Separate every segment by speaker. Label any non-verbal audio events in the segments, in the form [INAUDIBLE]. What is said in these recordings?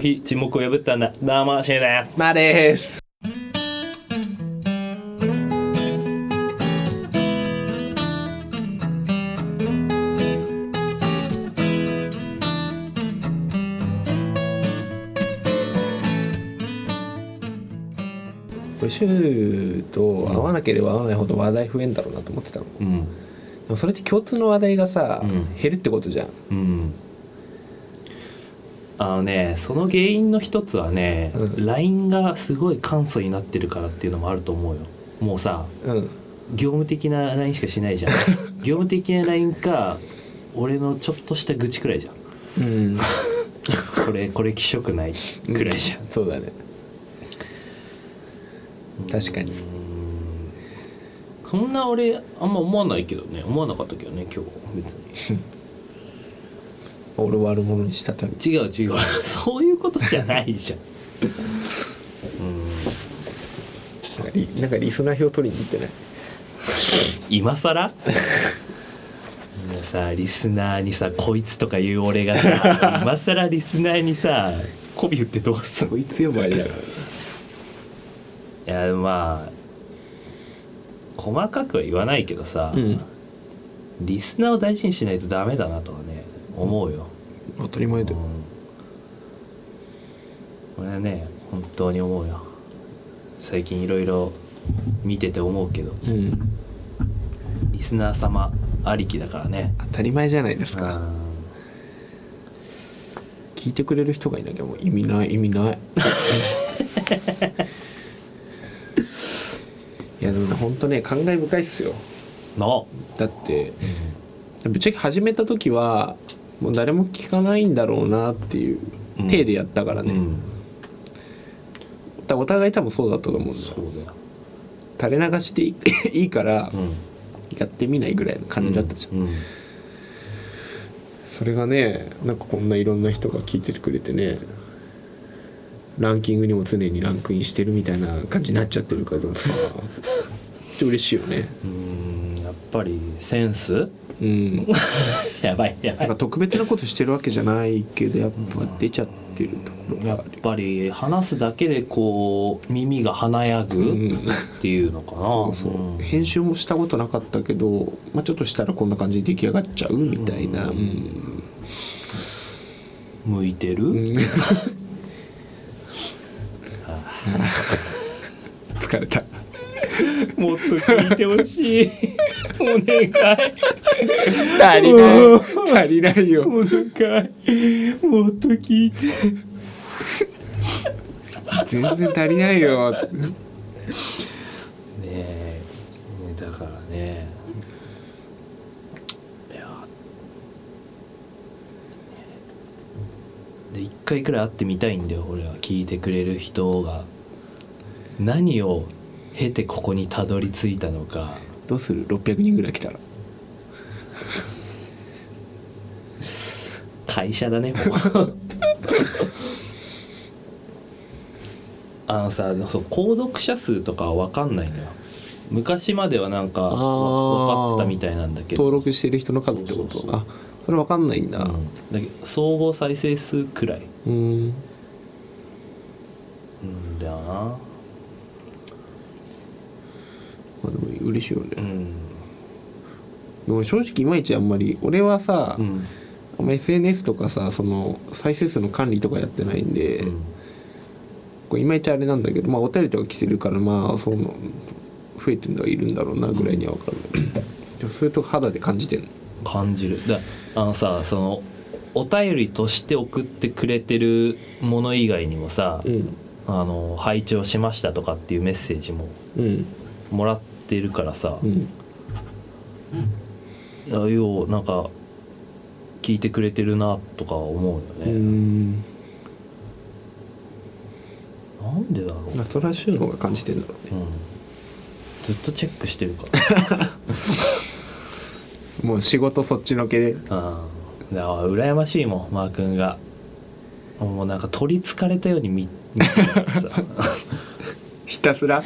Speaker 1: 非沈黙を破ったんだ。どうも、シュウです。
Speaker 2: まあです。これシュウと合わなければ合わないほど話題増えんだろうなと思ってたの、で
Speaker 1: うん。
Speaker 2: もそれって共通の話題がさ、
Speaker 1: うん
Speaker 2: 減るってことじゃん
Speaker 1: うん。あのね、その原因の一つはね、
Speaker 2: う
Speaker 1: LINE がすごい簡素になってるからっていうのもあると思うよ。もうさ、
Speaker 2: うん
Speaker 1: 業務的な LINE しかしない [LAUGHS] じゃん。業務的な LINE か、俺のちょっとした愚痴くらいじゃん。
Speaker 2: うん
Speaker 1: これ、これ、きしょくないくらいじゃん。
Speaker 2: [LAUGHS] そうだね確かに
Speaker 1: そんな俺、あんま思わないけどね。思わなかったけどね、今日。別に。 [LAUGHS]
Speaker 2: 俺を悪者にしたため
Speaker 1: 違う違うそういうことじゃないじゃん
Speaker 2: なんかリなんかリスナー票取りに行ってない
Speaker 1: 今更みんなさリスナーにさ「こいつ」とか言う俺がさ今更リスナーにさ媚び売ってどうすんのい
Speaker 2: 強まりだから
Speaker 1: やまあ細かくは言わないけどさ、
Speaker 2: うん
Speaker 1: リスナーを大事にしないとダメだなとはね思うよ、
Speaker 2: 当たり前だよ
Speaker 1: これはね本当に思うよ最近いろいろ見てて思うけど
Speaker 2: うん
Speaker 1: リスナー様ありきだからね
Speaker 2: 当たり前じゃないですか
Speaker 1: うん
Speaker 2: 聞いてくれる人がいなきゃもう意味ない意味ない
Speaker 1: [LAUGHS]
Speaker 2: いやでもねほんとね感慨深いっすよ
Speaker 1: の
Speaker 2: だってぶっちゃけ始めた時はもう誰も聞かないんだろうなっていう
Speaker 1: うん
Speaker 2: 体でやったからね、
Speaker 1: うん
Speaker 2: だからお互い多分そうだったと思うんですよ
Speaker 1: そうだよ
Speaker 2: 垂れ流しでいい [LAUGHS] いいから
Speaker 1: うん
Speaker 2: やってみないぐらいの感じだったじゃん、
Speaker 1: うん
Speaker 2: それがねなんかこんないろんな人が聞いてくれてねランキングにも常にランクインしてるみたいな感じになっちゃってるからでもさちょ嬉しいよね
Speaker 1: うんやっぱりセンス [LAUGHS]
Speaker 2: うんな
Speaker 1: やばいやばい
Speaker 2: んか特 [LAUGHS] 別なことしてるわけじゃないけどやっぱ出ちゃってるところ
Speaker 1: や
Speaker 2: が
Speaker 1: っ
Speaker 2: ある
Speaker 1: ぱり話すだけでこう耳が華やぐっていうのかな、
Speaker 2: そうそう
Speaker 1: うん
Speaker 2: 編集もしたことなかったけど、まあ、ちょっとしたらこんな感じで出来上がっちゃうみたいな、うん
Speaker 1: 向いてる、
Speaker 2: うん [LAUGHS] 疲れた
Speaker 1: もっと聞いてほしいお願い
Speaker 2: 足りない足りないよ
Speaker 1: お願いもっと聞いて
Speaker 2: 全然足りないよ
Speaker 1: ねえねだからねいやで一回くらい会ってみたいんだよ俺は聞いてくれる人が何を経てここにたどり着いたのか
Speaker 2: どうする600人ぐらい来たら
Speaker 1: 会社だねもう [LAUGHS] あのさそう購読者数とかは分かんないんだよ昔まではなんか
Speaker 2: あー
Speaker 1: 分かったみたいなんだけど
Speaker 2: [LAUGHS] 登録してる人の数ってこ
Speaker 1: そう
Speaker 2: と
Speaker 1: そうそう
Speaker 2: あそれ分かんないんだ
Speaker 1: うんだけど総合再生数くらい
Speaker 2: うん
Speaker 1: うんだよな
Speaker 2: まあでも嬉しいよ
Speaker 1: う
Speaker 2: ね
Speaker 1: ん、
Speaker 2: でも正直いまいちあんまり俺はさ、
Speaker 1: うん
Speaker 2: あんま SNS とかさその再生数の管理とかやってないんで、こういまいちあれなんだけどまあお便りとか来てるからまあその増えてるのはいるんだろうなぐらいには分かる、でもそれと肌で感じてんの
Speaker 1: 感じるだあのさそのお便りとして送ってくれてるもの以外にもさ、
Speaker 2: うん
Speaker 1: あの拝聴しましたとかっていうメッセージも
Speaker 2: うん
Speaker 1: もらってるからさ、
Speaker 2: うん
Speaker 1: あようなんか聞いてくれてるなとか思うよ
Speaker 2: う
Speaker 1: ね、
Speaker 2: ん
Speaker 1: なんでだろう、
Speaker 2: まあそれは週の方が感じてんだろうね
Speaker 1: うん、ずっとチェックしてるから
Speaker 2: もう仕事そっちのけで
Speaker 1: うん、だから羨ましいもんマー君がもうなんか取りつかれたように見 [LAUGHS] 見てるからさ
Speaker 2: ひたすら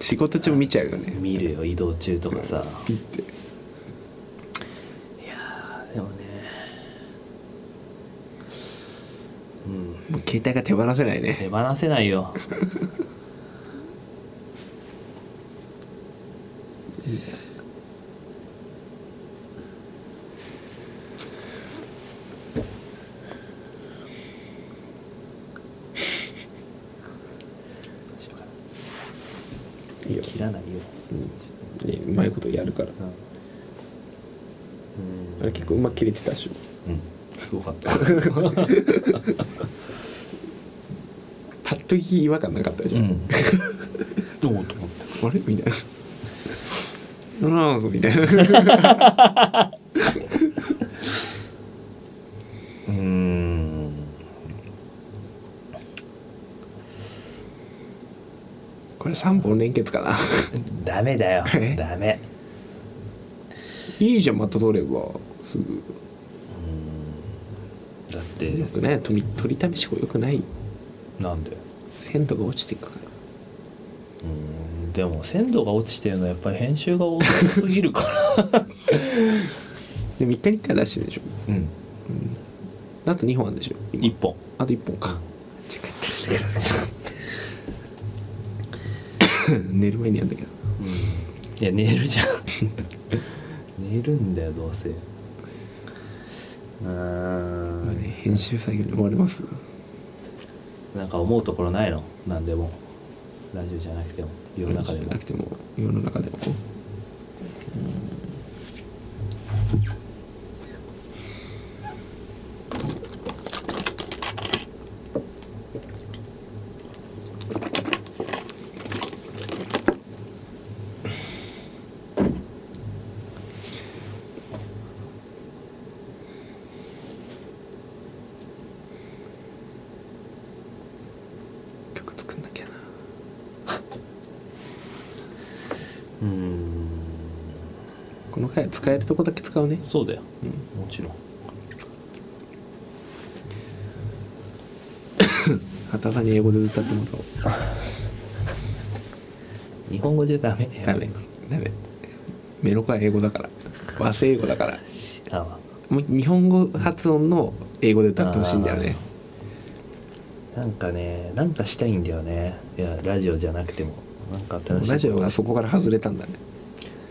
Speaker 2: 仕事中も見ちゃうよね
Speaker 1: 見るよ移動中とかさ
Speaker 2: ピッて
Speaker 1: でもね
Speaker 2: もう携帯が手放せないね
Speaker 1: 手放せないよ
Speaker 2: いいよ
Speaker 1: 切らないよ、
Speaker 2: ねうまいことやるから
Speaker 1: うんうん
Speaker 2: あれ結構うまく切れてたっしょ
Speaker 1: うんすごかった
Speaker 2: パッと聞き違和感なかったじゃん、
Speaker 1: ん [LAUGHS] どうと思って
Speaker 2: あれみたいな [LAUGHS] なんかみたいな
Speaker 1: うーん
Speaker 2: これ3本連結かな
Speaker 1: ダメだよ
Speaker 2: え
Speaker 1: ダメ
Speaker 2: いいじゃんまた取ればすぐ
Speaker 1: だって
Speaker 2: よくね取り取りためしこよくない
Speaker 1: なんでう
Speaker 2: 鮮度が落ちていくから
Speaker 1: ーんでも鮮度が落ちてるのはやっぱり編集が遅すぎるから
Speaker 2: で3日に1回出してるでしょ
Speaker 1: [LAUGHS] うん
Speaker 2: あと2本あるんでしょ今
Speaker 1: 1本
Speaker 2: あと1本か時間やってるんだけど寝る前にやんだけど
Speaker 1: いや寝るじゃん寝るんだよどうせうー
Speaker 2: まあ
Speaker 1: ん
Speaker 2: ね編集作業に追われます
Speaker 1: なんか思うところないの何でもラジオじゃなくても世の中で
Speaker 2: じ
Speaker 1: も
Speaker 2: ゃなくても世の中でも曲作んなきゃな
Speaker 1: うーん
Speaker 2: この回は使えるとこだけ使うね
Speaker 1: そうだよ、もちろん
Speaker 2: 畑さんに英語で歌ってもらおう
Speaker 1: 日本語じゃダメだよ
Speaker 2: ダメダメメロコは英語だから和製英語だから
Speaker 1: あま
Speaker 2: もう日本語発音の英語で歌ってほしいんだよね
Speaker 1: あなんかねなんかしたいんだよねいやラジオじゃなくてもなんか新しい
Speaker 2: ラジオがそこから外れたんだね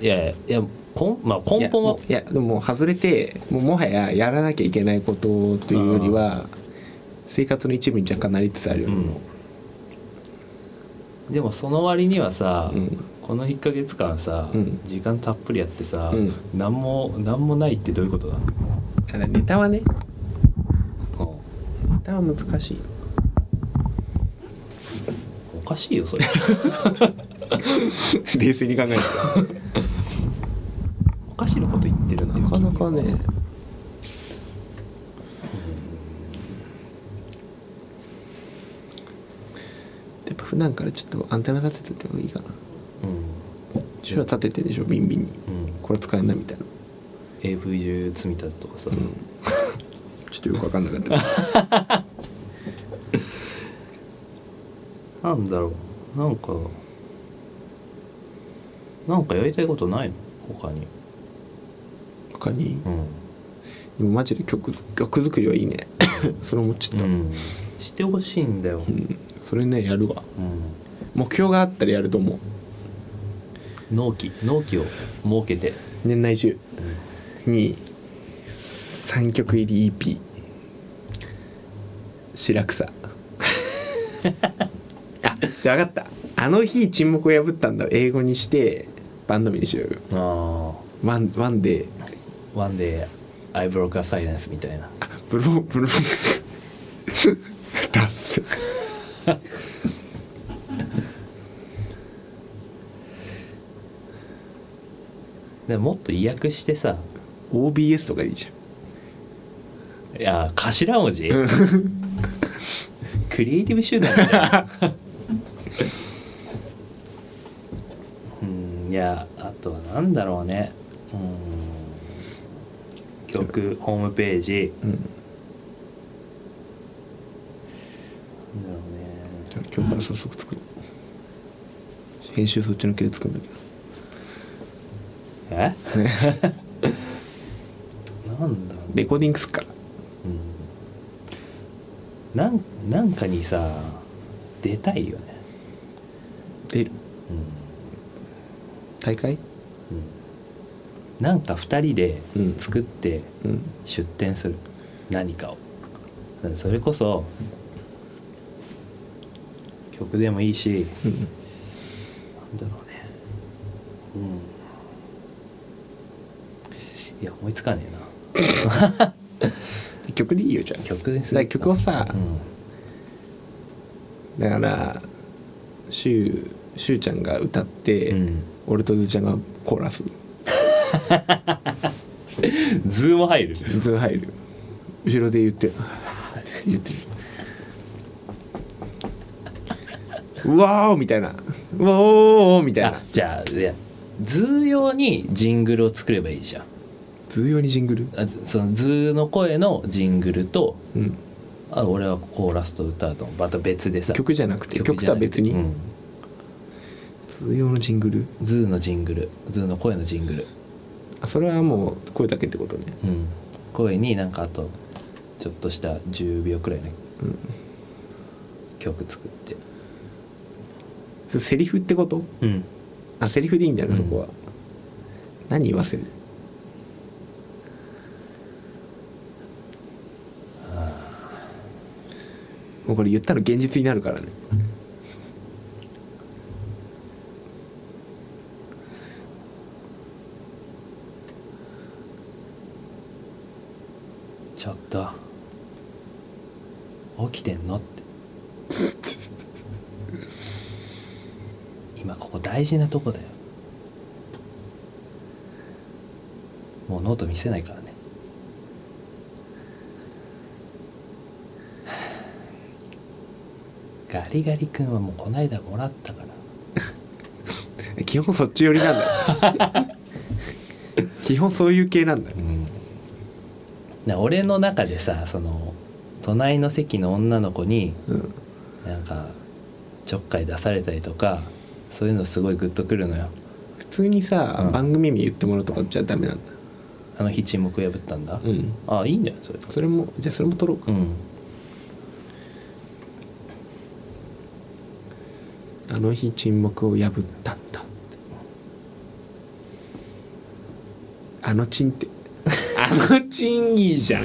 Speaker 1: いやいやいやこん、まあ、根本はい
Speaker 2: やもういやでももう外れてもうもはややらなきゃいけないことというよりは生活の一部に若干なりつつあるよね、
Speaker 1: でもその割にはさ、
Speaker 2: うん
Speaker 1: この1ヶ月間さ、
Speaker 2: うん
Speaker 1: 時間たっぷりやってさ、
Speaker 2: うん
Speaker 1: なんもなんもないってどういうことだ、
Speaker 2: ただネタはねネタは難
Speaker 1: [LAUGHS]
Speaker 2: しい
Speaker 1: おかしいよそ
Speaker 2: [LAUGHS]
Speaker 1: れ
Speaker 2: 冷静に考える
Speaker 1: おかしいなこと言ってるな
Speaker 2: となかなかねやっぱ普段からちょっとアンテナ立てておいた方がいいかな
Speaker 1: うん、
Speaker 2: 手話立ててでしょビンビンに
Speaker 1: うん、
Speaker 2: これ使えんなみたいな
Speaker 1: AV 中積み立てとかさ、
Speaker 2: ちょっとよく分かんなかった
Speaker 1: なんだろうなんかなんかやりたいことないの他に
Speaker 2: 他に
Speaker 1: うん、
Speaker 2: でもマジで曲曲作りはいい [LAUGHS] ねそれ思っちゃった、
Speaker 1: してほしいんだよ、
Speaker 2: うんそれねやる
Speaker 1: う、
Speaker 2: わ目標があったらやると思うん
Speaker 1: 納期納期を設けて
Speaker 2: 年内中に3曲入り EP 白草あじゃあ分かったあの日沈黙を破ったんだ英語にしてバンド名にしようよ
Speaker 1: あ
Speaker 2: ワンワンで
Speaker 1: あワンデーアイブロックアサイレンスみたいな
Speaker 2: あブロブロ [LAUGHS] ダッセ
Speaker 1: でもっと意訳してさ
Speaker 2: OBS とかでいいじゃん
Speaker 1: いや頭文 [LAUGHS] 字クリエイティブ集団みたい [LAUGHS] なうんいやあとはなんだろうねうん曲ホームページ
Speaker 2: うん
Speaker 1: なんだろうね
Speaker 2: じゃあ今日から早速作ろう編集そっちのけで作るんだけど
Speaker 1: え [LAUGHS] なんだろう、
Speaker 2: レコーディングすっから
Speaker 1: うんなんなんかにさ出たいよね、
Speaker 2: 出る
Speaker 1: う
Speaker 2: 大会
Speaker 1: んうん、なんか2人で
Speaker 2: うん
Speaker 1: 作って
Speaker 2: うん
Speaker 1: 出展する、何かをそれこそ曲でもいいし
Speaker 2: うん
Speaker 1: なんだろうねうんいや思いつかねえ
Speaker 2: 曲でいいよじゃ
Speaker 1: なん曲にす
Speaker 2: だ
Speaker 1: る
Speaker 2: から曲をさ
Speaker 1: うん
Speaker 2: だからしゅうしゅうちゃんが歌って、
Speaker 1: うん
Speaker 2: 俺とずーちゃんがコーラス
Speaker 1: [LAUGHS] ズーム入る
Speaker 2: ずー入る後ろで言ってあーって言ってるうわーみたいなうわおーみたい
Speaker 1: あ
Speaker 2: な
Speaker 1: じゃあいやズー用にジングルを作ればいいじゃん
Speaker 2: ずーよにジングル
Speaker 1: あそのズーの声のジングルと
Speaker 2: うん
Speaker 1: あ俺はコーラスと歌うとまた別でさ
Speaker 2: 曲じゃなくて曲
Speaker 1: じ
Speaker 2: と
Speaker 1: ゃ
Speaker 2: は
Speaker 1: ない
Speaker 2: 別に、
Speaker 1: うん
Speaker 2: ずーよのジングル
Speaker 1: ズーのジングルズーの声のジングル、
Speaker 2: あそれはもう声だけってことね
Speaker 1: うん、声になんかあとちょっとした10秒くらいの
Speaker 2: うん
Speaker 1: 曲作って
Speaker 2: それセリフってこと
Speaker 1: うん
Speaker 2: あセリフでいいんだよなそこは、何言わせるもうこれ言ったら現実になるからね [LAUGHS]
Speaker 1: ちょっと起きてんのって今ここ大事なとこだよもうノート見せないからねガリガリ君はもうこないだもらったから
Speaker 2: 基本そっち寄りなんだよ [LAUGHS] 基本そういう系なんだよ
Speaker 1: な俺の中でさその隣の席の女の子に
Speaker 2: うん
Speaker 1: なんかちょっかい出されたりとかそういうのすごいグッとくるのよ
Speaker 2: 普通にさ、
Speaker 1: うん
Speaker 2: 番組名言ってもらうとかじゃダメなんだ
Speaker 1: あの日沈黙破ったんだ、
Speaker 2: うん
Speaker 1: ああいいんじゃないそれ
Speaker 2: それもじゃあそれも取ろうか
Speaker 1: うん
Speaker 2: あの日沈黙を破ったんだってあのチンってあのチンいいじゃん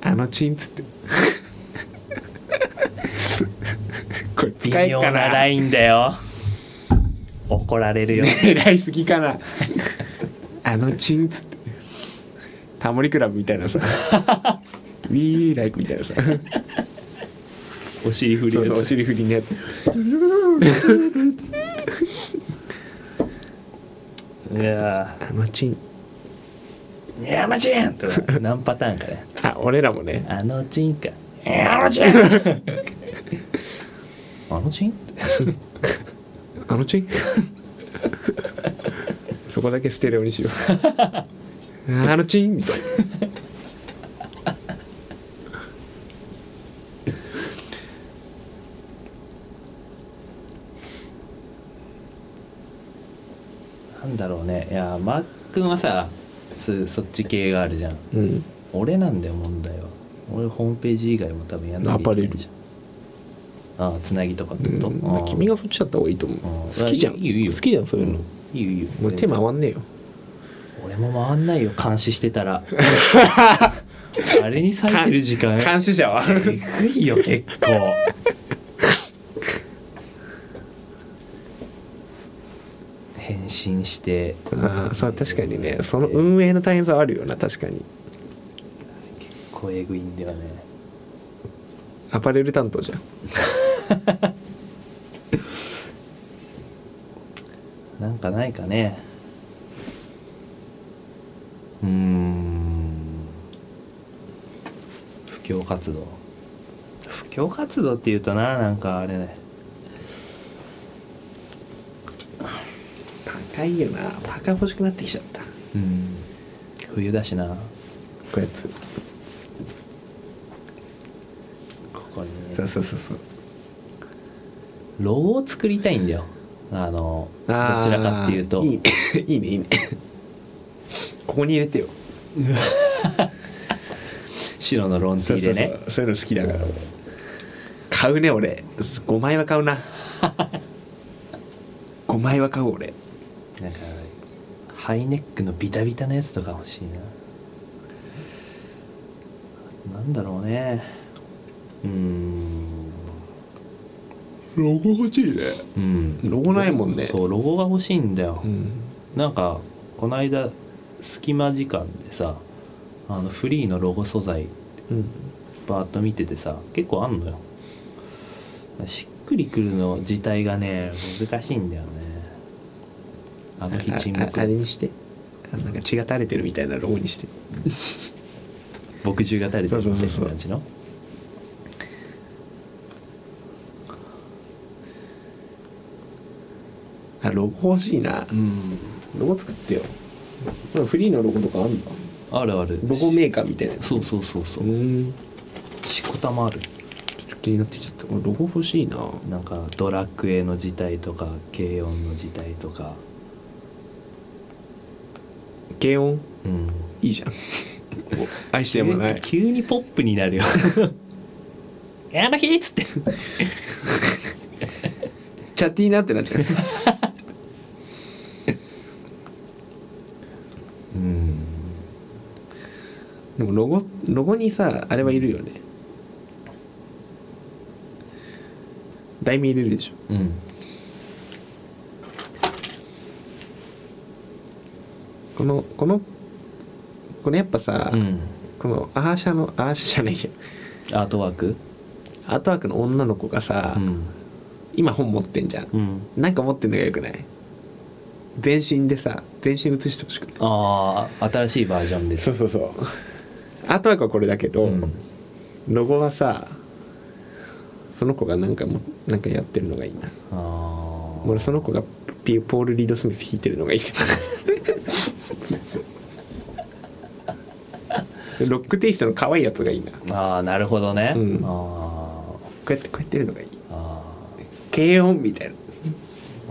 Speaker 2: あのチンっつってこれ
Speaker 1: 微
Speaker 2: 使えっ
Speaker 1: 妙
Speaker 2: か
Speaker 1: な
Speaker 2: な
Speaker 1: ラインだよ怒られるよ
Speaker 2: 狙いすぎかなあのチンっつってタモリクラブみたいな [LAUGHS] さ「We like」みたいなさ
Speaker 1: [LAUGHS] お尻振りや
Speaker 2: そう
Speaker 1: つ
Speaker 2: そうお尻振りね
Speaker 1: いや
Speaker 2: あのチン
Speaker 1: ーやまちんとか何パターンかね
Speaker 2: あ俺らもね
Speaker 1: あのチンかやまちん [LAUGHS] あのチン
Speaker 2: あのチ [LAUGHS] ンそこだけステレオにしよう [LAUGHS] あのチンみたい
Speaker 1: なんだろうねいやマー君はさすそっち系があるじゃん
Speaker 2: な、うん、
Speaker 1: 俺なんだよ問題は俺ホームページ以外も多分やんなきゃいけないじゃんああつなぎとかってこと、ああ
Speaker 2: 君がそっちだった方がいいと思
Speaker 1: あ
Speaker 2: う
Speaker 1: ー
Speaker 2: 好きじゃん
Speaker 1: いいよいいよ
Speaker 2: 好きじゃんそういうの、
Speaker 1: いいよいいよ
Speaker 2: もう手回んねえよ
Speaker 1: 俺も回んないよ監視してた
Speaker 2: [LAUGHS]
Speaker 1: らあれに割いてる時間
Speaker 2: 視者 [LAUGHS] は
Speaker 1: えぐいよ結構返信して
Speaker 2: ああそう確かにねその運営の大変さはあるよな確かに
Speaker 1: こうえぐいんだよね
Speaker 2: アパレル担当じゃん
Speaker 1: なんかないかねうーん布教活動布教活動っていうとななんかあれね
Speaker 2: 高いよなパーカー欲しくなってきちゃったこ
Speaker 1: うん冬だしな
Speaker 2: ういうやつ
Speaker 1: ここに
Speaker 2: そ
Speaker 1: ね
Speaker 2: うそうそうそう
Speaker 1: ロゴを作りたいんだよあのど
Speaker 2: あー
Speaker 1: ちらかっていうと
Speaker 2: いいねいいねい [LAUGHS] いねここに入れてよ
Speaker 1: 白のロンティーでね
Speaker 2: そうそうそうそういうの好きだから買うね俺5枚は買う [LAUGHS] な5枚は買う俺
Speaker 1: なんかハイネックのビタビタなやつとか欲しいななんだろうねうーん
Speaker 2: ロゴ欲しいね
Speaker 1: うん
Speaker 2: ロゴないもんね
Speaker 1: そうロゴが欲しいんだよ
Speaker 2: う、ん
Speaker 1: なんかこの間隙間時間でさあのフリーのロゴ素材
Speaker 2: うん
Speaker 1: バーッと見ててさ結構あんのよしっくりくるの自体がね難しいんだよねあの日沈
Speaker 2: ああ
Speaker 1: 黙
Speaker 2: あれにしてあなんか血が垂れてるみたいなロゴにして
Speaker 1: 墨汁が垂れてるみた
Speaker 2: そうそう
Speaker 1: い
Speaker 2: そうそう
Speaker 1: な感じの
Speaker 2: あロゴ欲しいな
Speaker 1: うん
Speaker 2: ロゴ作ってよまあフリーのロゴとかあんだ
Speaker 1: あるある
Speaker 2: ロゴメーカーみたいなやつ
Speaker 1: そうそうそうそうう
Speaker 2: ーん
Speaker 1: しこたまある
Speaker 2: ちょっと気になってきちゃった俺ロゴ欲しいな
Speaker 1: なんかドラクエの字体とか軽音の字体とか
Speaker 2: 軽音
Speaker 1: うん
Speaker 2: いい [LAUGHS] じゃん愛してやまない
Speaker 1: 急に急にポップになるよ [LAUGHS] あの日っつって
Speaker 2: チャティーナってなっちゃう
Speaker 1: うん
Speaker 2: でもロゴロゴにさあれはいるよね題名入れるでしょ
Speaker 1: うん
Speaker 2: このこのこれやっぱさ、
Speaker 1: うん
Speaker 2: このアーシャのアーシャじゃないや
Speaker 1: アートワーク
Speaker 2: アートワークの女の子がさ、
Speaker 1: うん
Speaker 2: 今本持ってんじゃん、
Speaker 1: うん
Speaker 2: なんか持ってんのがよくない全身でさ全身写してほしくて
Speaker 1: ああ新しいバージョンです
Speaker 2: うそうそうアートワークはこれだけど、
Speaker 1: うん
Speaker 2: ロゴはさその子がなんかもなんかやってるのがいいな
Speaker 1: あー
Speaker 2: 俺その子がピポール・リード・スミス弾いてるのがいいなロックテイストの可愛いやつがいいなこ
Speaker 1: あーなるほどね、
Speaker 2: うん
Speaker 1: あー
Speaker 2: うやってこうやってるのがいい
Speaker 1: あ
Speaker 2: 軽音みたい
Speaker 1: ー
Speaker 2: な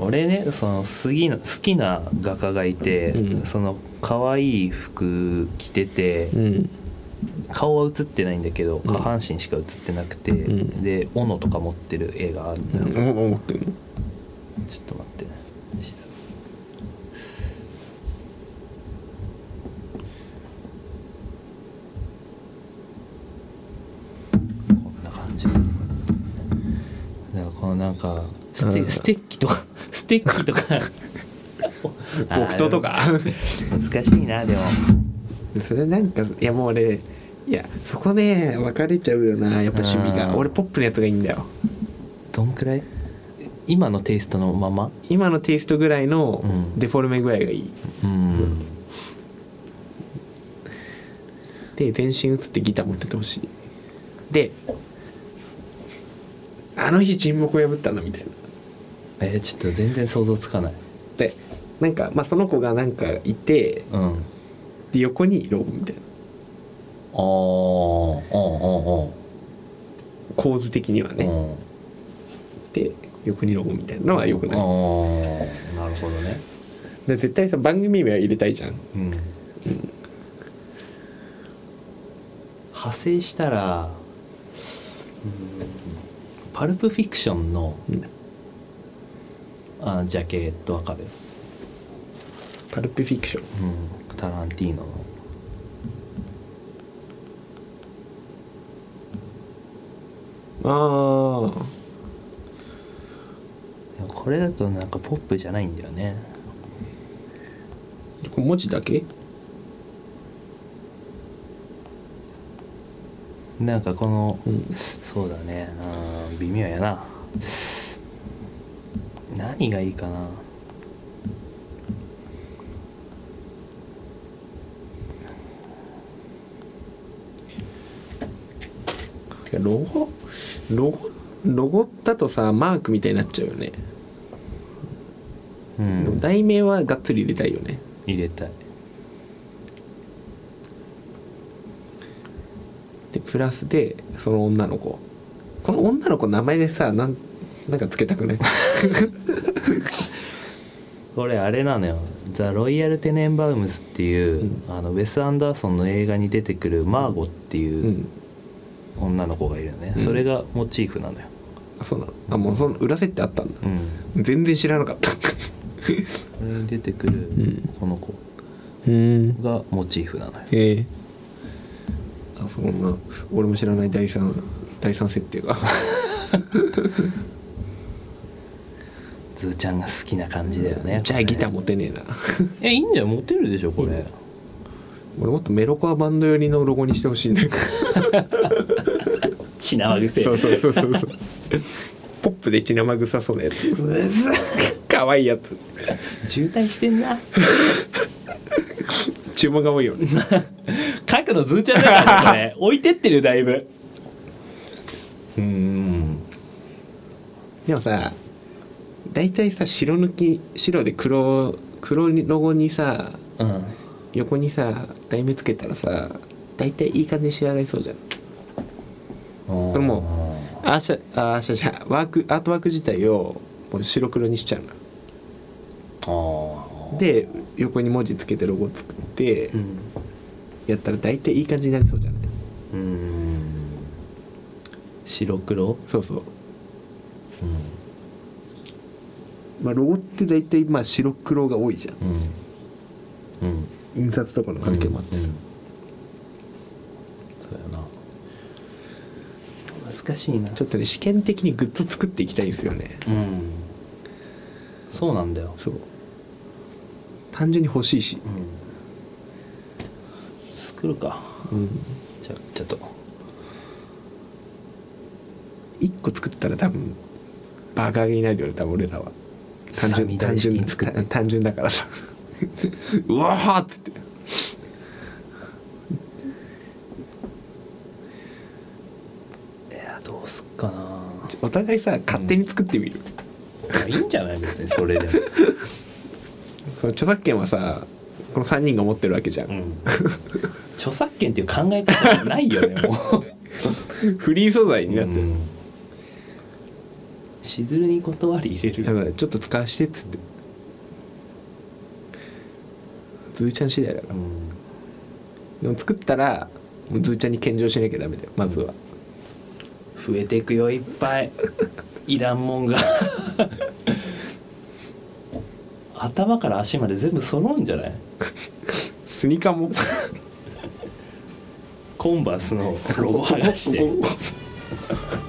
Speaker 1: 俺ねその好きな好きな画家がいて、
Speaker 2: うん
Speaker 1: その可愛い服着てて、
Speaker 2: うん
Speaker 1: 顔は映ってないんだけど
Speaker 2: ん
Speaker 1: 下半身しか映ってなくて、
Speaker 2: ん
Speaker 1: で斧とか持ってる絵があるんだよ、
Speaker 2: 思ってるの
Speaker 1: ちょっと待ってねこんな感じだからこのなんかステ,、
Speaker 2: うん
Speaker 1: ステッキとか [LAUGHS] ステッキとか
Speaker 2: 木刀とか
Speaker 1: あー難しいなでも
Speaker 2: それなんかいやもう俺いやそこね分かれちゃうよなやっぱ趣味
Speaker 1: あ
Speaker 2: が
Speaker 1: ー
Speaker 2: 俺ポップなやつがいいんだよ
Speaker 1: どんくらい今のテイストのまま
Speaker 2: 今のテイストぐらいの
Speaker 1: うん
Speaker 2: デフォルメぐらいがいい、
Speaker 1: うん
Speaker 2: で全身写ってギター持っててほしいで「あの日沈黙を破ったの」みたいな
Speaker 1: えー、ちょっと全然想像つかない
Speaker 2: でなんか、まあ、その子がなんかいて
Speaker 1: うん
Speaker 2: で横にロゴみたいな
Speaker 1: あーあ
Speaker 2: 構図的には
Speaker 1: ああ
Speaker 2: ね、で横にロゴみたいなのはよく
Speaker 1: あ
Speaker 2: ない、
Speaker 1: ーなるほどね
Speaker 2: で絶対さ番組名は入れたいじゃん
Speaker 1: うん派生したら、うんパルプフィクションの、
Speaker 2: うん
Speaker 1: あジャケットわかる、
Speaker 2: パルプフィクション
Speaker 1: うん、タランティーノの
Speaker 2: ああ
Speaker 1: でもこれだとなんかポップじゃないんだよね
Speaker 2: これ文字だけ
Speaker 1: なんかこの、
Speaker 2: うん
Speaker 1: そうだねうん微妙やな何がいいかな
Speaker 2: てかロゴロゴロゴだとさマークみたいになっちゃうよね、
Speaker 1: う
Speaker 2: でも
Speaker 1: ん
Speaker 2: 題名はがっつり入れたいよね
Speaker 1: 入れたい
Speaker 2: でプラスでその女の子この女の子名前でさなんなんかつけたくない
Speaker 1: これあれなのよザ・ロイヤル・テネンバウムズっていう、あのウェス・アンダーソンの映画に出てくるマーゴって
Speaker 2: [LAUGHS] う
Speaker 1: いうん女の子がいるのね、
Speaker 2: うん
Speaker 1: それがモチーフなのよ、
Speaker 2: あそうなのあもうその裏設定あったんだ
Speaker 1: うん、
Speaker 2: 全然知らなかった
Speaker 1: それに出てくる
Speaker 2: ん
Speaker 1: この子
Speaker 2: [LAUGHS] うん
Speaker 1: がモチーフなのよ
Speaker 2: へえあそうな俺も知らない第三第三設定が
Speaker 1: ズーちゃんが好きな感じだよね
Speaker 2: じゃあギター
Speaker 1: ー
Speaker 2: 持てねえな
Speaker 1: えいいんだよモテるでしょこれ、
Speaker 2: 俺もっとメロコアバンド寄りのロゴにしてほしいんだけど
Speaker 1: 血生癖
Speaker 2: そうそうそうそうそう [LAUGHS] ポップで血生臭そうなやつ可愛いやつ
Speaker 1: 渋滞してん [LAUGHS] な
Speaker 2: 注文が多いよね
Speaker 1: 書くのずーちゃんだからねこれ [LAUGHS] 置いてってるだいぶうん
Speaker 2: でもさ大体さ白抜き白で黒黒にロゴにさ
Speaker 1: うん
Speaker 2: 横にさ題名つけたらさ大体いい感じに仕上がりそうじゃん
Speaker 1: こ
Speaker 2: れもアーシャアーシャじゃないワークアートワーク自体をもう白黒にしちゃうの
Speaker 1: あー
Speaker 2: で横に文字つけてロゴ作って
Speaker 1: うん
Speaker 2: やったら大体いい感じになりそうじゃない
Speaker 1: うん白黒
Speaker 2: そうそう
Speaker 1: うん
Speaker 2: まあロゴって大体まあ白黒が多いじゃ
Speaker 1: う
Speaker 2: ん
Speaker 1: んうん
Speaker 2: 印刷とかの関係もあってさ、
Speaker 1: うんうんそうやな難しいな
Speaker 2: ちょっとね試験的にグッと作っていきたいんですよね
Speaker 1: うんそうなんだよ
Speaker 2: そう単純に欲しい
Speaker 1: う
Speaker 2: し
Speaker 1: ん作るか
Speaker 2: うん
Speaker 1: じゃあちょっと
Speaker 2: 1個作ったら多分バカげになるよね多分俺らは単
Speaker 1: さ
Speaker 2: 純
Speaker 1: み
Speaker 2: 単
Speaker 1: だし
Speaker 2: 純
Speaker 1: に作 [LAUGHS] った
Speaker 2: 単純だからさ [LAUGHS] うわーっつって
Speaker 1: いやどうすっかな
Speaker 2: お互いさ勝手に作ってみる、
Speaker 1: いいんじゃない別にそれでも、
Speaker 2: その著作権はさこの3人が持ってるわけじゃん、
Speaker 1: うん、著作権っていう考え方がないよねもう
Speaker 2: フリー素材になっちゃう、
Speaker 1: んしずるに断り入れ
Speaker 2: や
Speaker 1: る
Speaker 2: ばいちょっと使わしてっつってズーちゃん次第だか
Speaker 1: う
Speaker 2: ら
Speaker 1: ん
Speaker 2: でも作ったらもうズーちゃんに献上しなきゃダメだよまずは、
Speaker 1: 増えていくよいっぱいいらんもんが頭から足まで全部揃うんじゃない
Speaker 2: スニーカーも [LAUGHS]
Speaker 1: コンバースのロゴ剥がして
Speaker 2: ここここ